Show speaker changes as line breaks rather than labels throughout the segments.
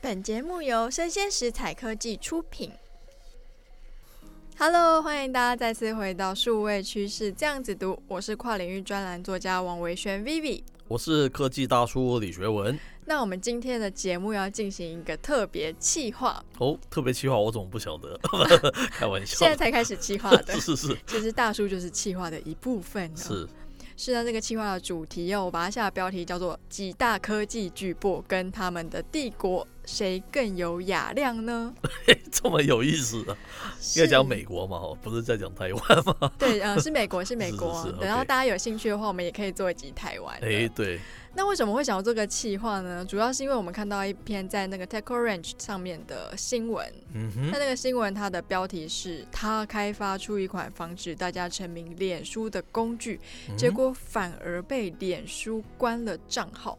本节目由生鲜食材科技出品。Hello，欢迎大家再次回到数位趋势这样子读，我是跨领域专栏作家王维轩 Vivi。
我是科技大叔李学文。
那我们今天的节目要进行一个特别企划，
哦，特别企划我怎么不晓得？ 开玩笑
现在嗯
的，
才开始企划的
是。是是
其实大叔就是企划的一部分、哦。
是，
是那这个企划的主题哦，我把它下的标题叫做“几大科技巨擘跟他们的帝国，谁更有雅量呢
这么有意思啊！”？
是
要讲美国嘛，哦，不是在讲台湾 嘛？
对，呃，是美国，是美国。
是是是
等到
OK
大家有兴趣的话，我们也可以做一集台湾的。
哎，对，
那为什么会想要做个企划呢？主要是因为我们看到一篇在那个 Tech Range 上面的新闻，
嗯
那
哼，
那个新闻它的标题是“他开发出一款防止大家沉迷脸书的工具，
嗯
结果反而被脸书关了账号”。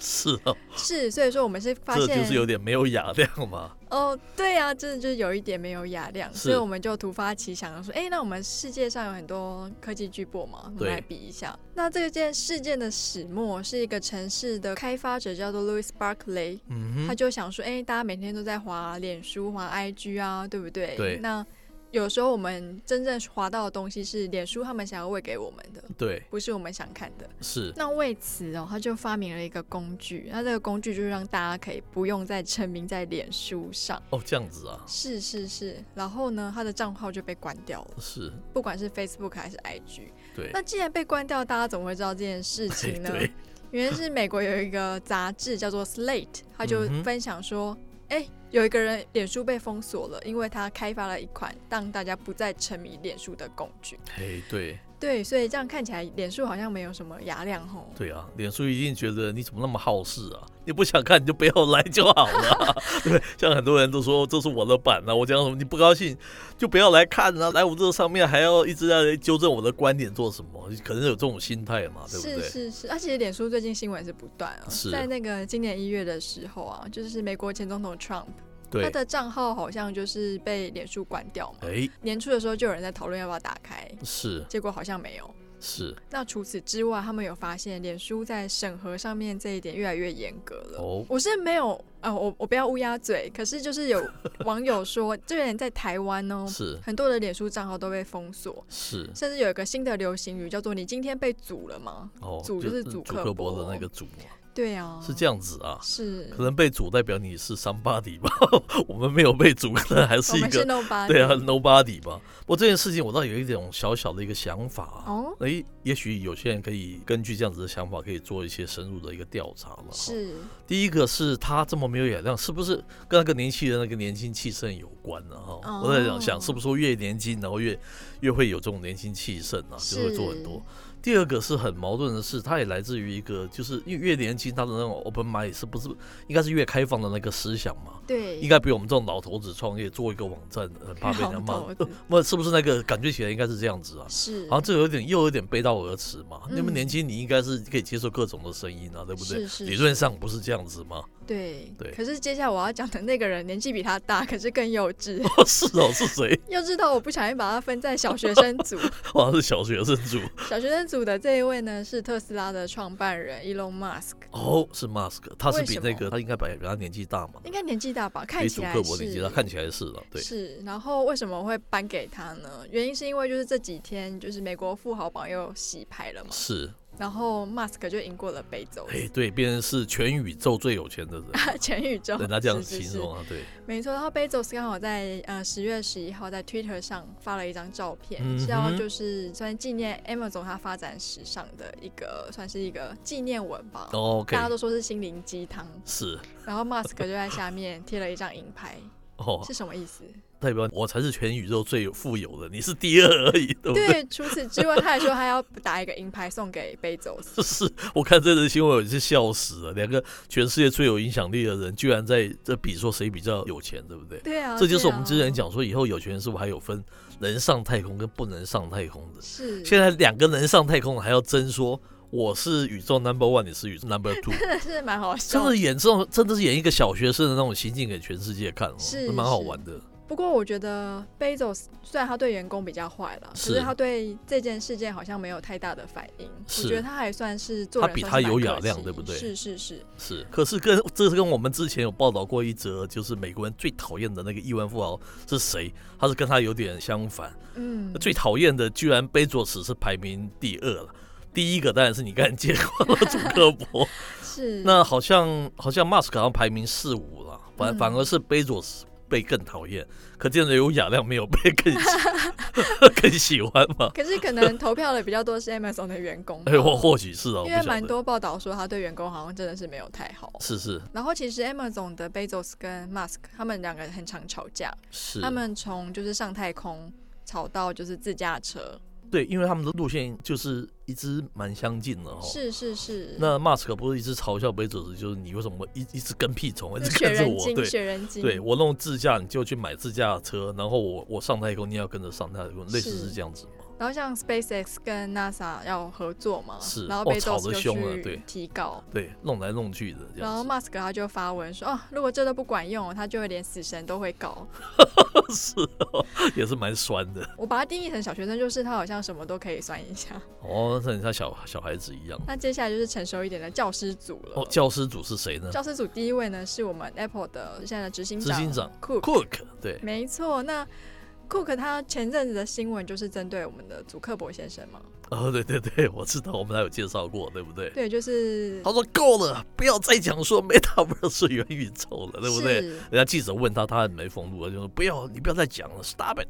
是哦，
是，所以说我们是发
这
现，
就是有点没有雅量嘛。
哦，对啊，真的就是有一点没有雅量，
是
所以我们就突发奇想说，哎，那我们世界上有很多科技巨擘嘛，我们
对
来比一下。那这件事件的始末是一个城市的开发者叫做 Louis Barclay，
嗯
他
哼，
就想说，哎，大家每天都在滑脸书、滑 IG 啊，对不对？
对
那有时候我们真正滑到的东西是脸书他们想要喂给我们的，
对，
不是我们想看的。
是，
那为此哦，他就发明了一个工具，那这个工具就是让大家可以不用再沉迷在脸书上。
哦，这样子啊，
是是是，然后呢，他的账号就被关掉了，
是，
不管是 Facebook 还是 IG。
对，哎
那既然被关掉，大家怎么会知道这件事情呢？
对，
原因是美国有一个杂志叫做 Slate，他就
嗯哼
分享说，哎、有一个人脸书被封锁了，因为他开发了一款让大家不再沉迷脸书的工具。
哎，对，
对，所以这样看起来脸书好像没有什么雅量吼。
对啊，脸书一定觉得你怎么那么好事啊？你不想看你就不要来就好了， 对，像很多人都说这是我的版啊，我讲什么你不高兴就不要来看啊，来我这上面还要一直在纠正我的观点做什么？可能有这种心态嘛，啊对不
是
对？
是是，而、且脸书最近新闻是不断啊，
是
在那个今年一月的时候啊，就是美国前总统 Trump 他
对，
的账号好像就是被脸书关掉嘛。
哎，
年初的时候就有人在讨论要不要打开，
是
结果好像没有。
是
那除此之外，他们有发现脸书在审核上面这一点越来越严格了。
哦，
我是没有，呃，我我不要乌鸦嘴，可是就是有网友说，就连在台湾哦，
是
很多的脸书账号都被封锁，
是
甚至有一个新的流行语叫做“你今天被阻了吗
哦，
祖就是祖克
克伯
伯
的那个祖啊，”？
对啊，
是这样子啊。
是
可能被主代表你是 somebody 吧， 我们没有被主，可能还
我
是一
们
个
是 nobody，
对啊，nobody 吧。我这件事情，我倒有一种小小的一个想法、啊。
哦，
诶，也许有些人可以根据这样子的想法，可以做一些深入的一个调查了。。
是
第一个是他这么没有雅量，是不是跟那个年轻人那个年轻气盛有关呢、哈、
哦
我在想，想是不是说越年轻，然后越越会有这种年轻气盛啊，
是
就会做很多。第二个是很矛盾的是，它也来自于一个，就是因为越年轻，他的那种 open mind 是不是应该是越开放的那个思想嘛？
对，
应该比我们这种老头子创业做一个网站，很怕被人家
老
骂
头子。
不，是不是那个感觉起来应该是这样子啊？
是，
好像这有点又有点背道而驰嘛。
嗯
那么年轻，你应该是可以接受各种的声音啊，对不对？
是是
理论上不是这样子吗？
对
对
可是接下来我要讲的那个人年纪比他大， 可是更幼稚，
哦， 是哦，是谁？
幼稚到我不小心把他分在小学生组。
好像是小学生组
小学生组的这一位呢是特斯拉的创办人 Elon Musk，
哦，是 Mask，他是
为
比
什么
那个他应该比比他年纪大嘛，
应该年纪大吧？看
比
起
祖
来
克伯年纪大，
是。
看起来是了、对，
是，然后为什么会颁给他呢？原因是因为就是这几天就是美国富豪榜又洗牌了嘛，
是，
然后 Musk 就赢过了北走
哎，对，变成是全宇宙最有 钱的人，
全宇宙，
人家这样
是
形
是是
容啊，对，
没错，然后 Bezos 刚好在呃十月十一号在 Twitter 上发了一张照片，
嗯哼
是要就是算纪念 Amazon 它发展史上的一个算是一个纪念文吧。
哦，OK，
大家都说是心灵鸡汤，
是
然后 Musk 就在下面贴了一张银 牌，
哦，
是什么意思？
代表我才是全宇宙最有富有的，你是第二而已，对不对？
对，除此之外，他还说他要打一个银牌送给 Bezos。
是我看这则新闻，我也是笑死了。两个全世界最有影响力的人，居然在这比说谁比较有钱，对不对？
对啊，
这就是我们
对
之
啊
前，讲说，以后有钱人是不是还有分能上太空跟不能上太空的？
是
现在两个能上太空的还要争说我是宇宙 number one，你是宇宙 number two，
真的是蛮好笑
真
的
的演这种，真的是演一个小学生的那种情景给全世界看哦，
是
蛮好玩的。
不过我觉得 Bezos 虽然他对员工比较坏了，
是
可是他对这件事件好像没有太大的反应。
是
我觉得他还算是做人
他比
算是
他
蛮
有雅
客
量
气
对不对
是是是，
是，可是跟这是跟我们之前有报道过一则，就是美国人最讨厌的那个亿万富豪是谁？他是跟他有点相反，
嗯，
最讨厌的居然贝佐斯是排名第二了。第一个当然是你刚才介绍了祖克伯，
是
那好像好像马斯克好像排名四五了，反
嗯
反而是贝佐斯被更讨厌，可见的有雅量没有被更喜 更喜欢嘛？
可是可能投票的比较多是 Amazon 的员工吧，
哎，或或许是哦，我
因为
不晓
蛮
得。
多报道说他对员工好像真的是没有太好。
是是
然后其实 Amazon 的 Bezos 跟 Musk 他们两个很常吵架，
是，
他们从就是上太空吵到就是自驾车，
对，因为他们的路线就是一直蛮相近的哦。
是是是，
那马斯克不是一直嘲笑贝佐斯，就是你为什么一一直跟屁虫，一
就
直
雪
跟着
人
我？
精，
对
雪人精，
对，我弄自驾，你就去买自驾车，然后我我上太空，你也要跟着上太空，类似
是
是这样子嘛？
然后像 SpaceX 跟 NASA 要合作嘛，
是
然后
哦
贝
吵
佐
得
斯就
凶了对
去提告，
对，弄来弄去的这
然后
样
Musk 他就发文说，哦，如果这都不管用，他就会连死神都会告。
子， 是哦，也是蛮酸的
我把它定义成小学生，就是他好像什么都可以算一下。
哦，那很像小小孩子一样。
那接下来就是成熟一点的教师组了。
哦，教师组是谁呢
教师组第一位呢是我们 Apple 的现在的执行
执
长
行长
Cook。
？Cook，对，
没错，那 Cook 他前阵子的新闻就是针对我们的祖克伯先生嘛，
哦，对对对， 我知道，我们还有介绍过，对不对？
对，就是
他说够了，不要再讲说 Metaverse 元宇宙了，对不对？
是
人家记者问他，他很没风度，他就说不要，你不要再讲了，Stop it。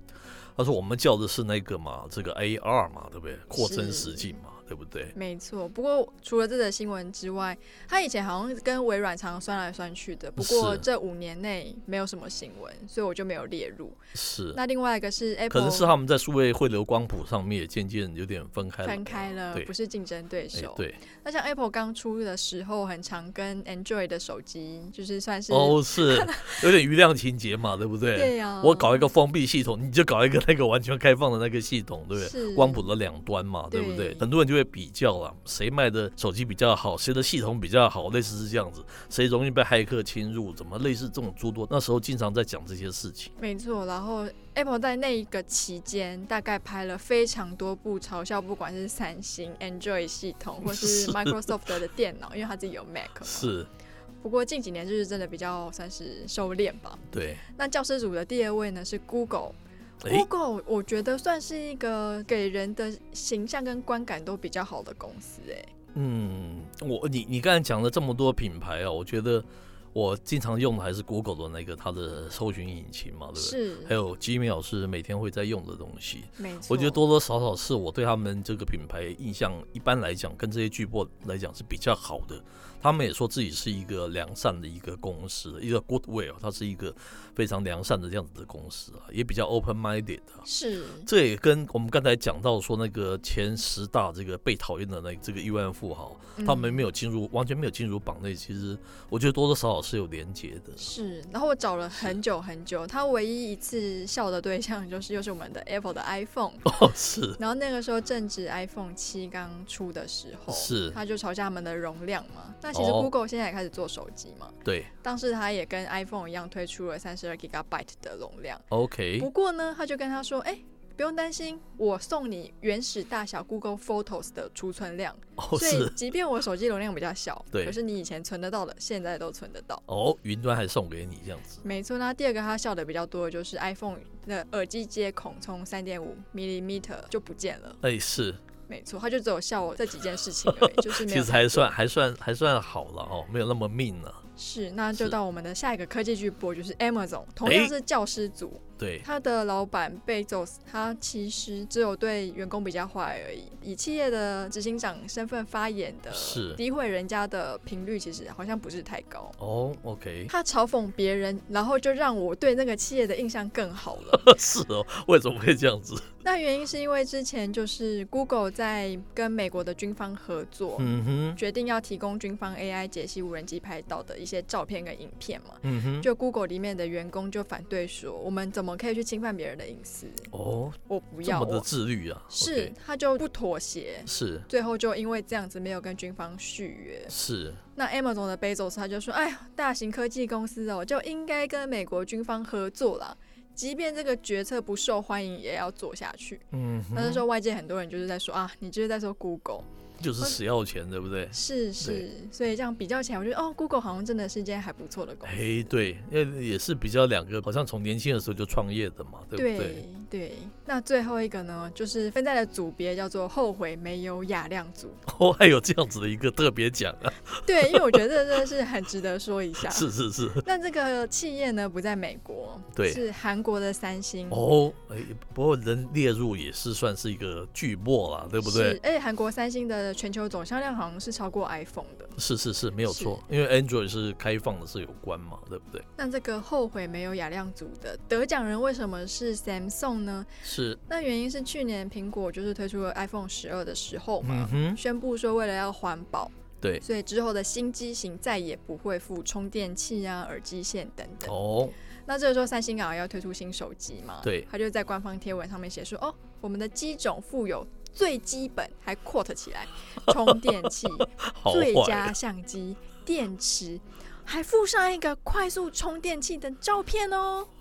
他说我们叫的是那个嘛，这个 AR 嘛，对不对？扩增实境嘛，对不对？
没错，不过除了这则新闻之外，他以前好像跟微软常常酸来酸去的。不过
是
这五年内没有什么新闻，所以我就没有列入。
是，
那另外一个是
可
Apple，
能是他们在数位汇流光谱上面也渐渐有点分开了，
分开了，
对
不是竞争对
哎
手。
对，
那像 Apple 刚出的时候，很常跟 Android 的手机就是算是、
哦， 是有点余量情节嘛，对不对？
对呀、
我搞一个封闭系统，你就搞一个那个完全开放的那个系统，对不对？
是
光谱的两端嘛，对不对？
对
很多人就会比较啊，谁卖的手机比较好，谁的系统比较好，类似是这样子，谁容易被骇客侵入，怎么类似这种诸多。那时候经常在讲这些事情，
没错，然后 Apple 在那一个期间，大概拍了非常多部嘲笑，不管是三星、Android 系统，或是
是
Microsoft 的电脑，因为它自己有 Mac 嘛。
是
不过近几年就是真的比较算是收敛吧。
对，
那教师组的第二位呢是 Google。
哎，
Google 我觉得算是一个给人的形象跟观感都比较好的公司、哎，
嗯，我你你刚才讲了这么多品牌啊，我觉得我经常用的还是 Google 的那个它的搜寻引擎嘛，对不对？
是，
还有 Gmail 是每天会在用的东西，
没错，
我觉得多多少少是我对他们这个品牌印象，一般来讲跟这些巨擘来讲是比较好的。他们也说自己是一个良善的一个公司，一个 goodwill，它是一个非常良善的这样子的公司啊，也比较 open minded 啊。
是
这也跟我们刚才讲到说那个前十大这个被讨厌的那这个亿万富豪，他们没
有、
有进入，完全没有进入榜内，其实我觉得多多少少是有连结的。
是。然后我找了很久很久，他唯一一次笑的对象就是 又是我们的 Apple 的 iPhone。
哦，是
然后那个时候正值 iPhone 七刚出的时候，
是
它就嘲笑他们的容量嘛。那其实
哦
Google 现在也开始做手机嘛，
对
当时它也跟 iPhone 一样推出了三十二 gigabyte 的容量。
，OK，
不过呢，他就跟他说，哎、不用担心，我送你原始大小 Google Photos 的储存量，
哦
所以
是，
即便我手机容量比较小，
对
可是你以前存得到的，现在都存得到。
哦，云端还送给你这样子。
没错，那第二个他笑的比较多的就是 iPhone 的耳机接孔从三点五 millimeter 就不见了。
哎，是，
没错，他就只有笑我这几件事情 而已，就是没
其
有
实还算还算还算好了哦，没有那么命了、
是。那就是到我们的下一个科技巨播，就是 Amazon，同样是教师组，
对，
他的老板贝佐斯，他其实只有对员工比较坏而已。以企业的执行长身份发言的，
是
诋毁人家的频率，其实好像不是太高。
哦，OK，
他嘲讽别人，然后就让我对那个企业的印象更好 了。
是哦，为什么会这样子？
那原因是因为之前就是 Google 在跟美国的军方合作，
嗯哼，
决定要提供军方 AI 解析无人机拍到的一些照片跟影片嘛。
嗯哼，
就 Google 里面的员工就反对说，我们怎么可以去侵犯别人的隐私？
哦，
我不
这
要，
么的
我
自律啊，
是
OK，
他就不妥协。
是
最后就因为这样子没有跟军方续约，
是，
那 Amazon 的 Bezos 他就说：“哎呀，大型科技公司哦，就应该跟美国军方合作啦。即便这个决策不受欢迎，也要做下去。
嗯哼，
那那时候外界很多人就是在说啊，你就是在说 Google，
就是死要钱，对不对？
是是，所以这样比较起来，我觉得哦，Google 好像真的是一间还不错的公司。
嘿，哎对，因为也是比较两个，好像从年轻的时候就创业的嘛，对不对？
对对，那最后一个呢，就是分在的组别叫做“后悔没有雅量组
哦，还有这样子的一个特别奖啊，”。
对，因为我觉得这真的是很值得说一下。
是是啊是，
那这个企业呢不在美国，
对
是韩国的三星，
哦，哎，不过能列入也是算是一个巨擘啦，对不
是
对？
而且韩国三星的全球总销量好像是超过 iPhone 的。
是是是，没有错，因为 Android 是开放的，是有关嘛，对不对？
那这个后悔没有雅量组的得奖人为什么是 Samsung 呢？
是，
那原因是去年苹果就是推出了 iPhone 十二的时候嘛，
嗯哼，
宣布说为了要环保，
对，
所以之后的新机型再也不会附充电器啊、耳机线等等。
哦，
那这个时候三星刚好要推出新手机嘛，
对
他就在官方贴文上面写说，哦，我们的机种附有最基本还 quote 起来， 充电器、
好
最
坏
佳相机、电池，还附上一个快速充电器的照片哦。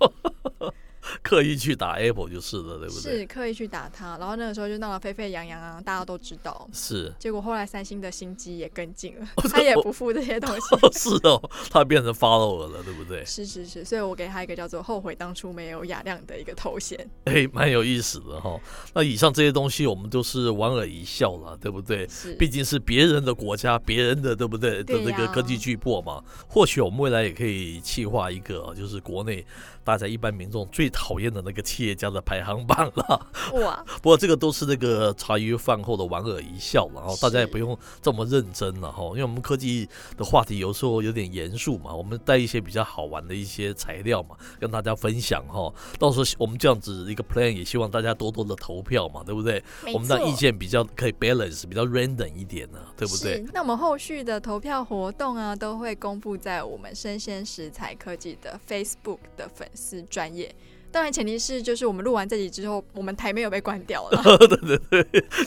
刻意去打 Apple 就是了，对不对？
是刻意去打他，然后那个时候就闹得沸沸扬扬啊，大家都知 道。
是。
结果后来三星的新机也跟进了， 他也不付这些东西。
哦，是哦，他变成 follower 了，对不对？
是是是，所以我给他一个叫做“后悔当初没有雅量”的一个头衔。
哎，蛮有意思的哈、那以上这些东西，我们都是莞尔一笑啦，对不对？
是，
毕竟是别人的国家，别人的对不对的
对
这个
呀
科技巨擘嘛。或许我们未来也可以企划一个，就是国内大家一般民众最讨厌的那个企业家的排行榜了。
哇，
不过这个都是那个茶余饭后的莞尔一笑了哈，
是
大家也不用这么认真了哈，哦因为我们科技的话题有时候有点严肃嘛，我们带一些比较好玩的一些材料嘛，跟大家分享哈。到时候我们这样子一个 plan，也希望大家多多的投票嘛，对不对？
没
我们的
错
意见比较可以 balance，比较 random 一点呢、对不对？
是那我们后续的投票活动啊，都会公布在我们生鲜食材科技的 Facebook 的粉丝专业。当然，前提是就是我们录完这集之后，我们台没有被关掉 了。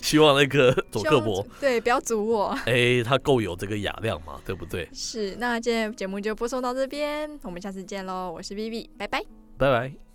希望那个佐克
希望
伯，
对，不要阻我。
哎，他够有这个雅量嘛，对不对？
是，那今天节目就播送到这边，我们下次见喽！我是 Vivi，拜拜。
拜拜。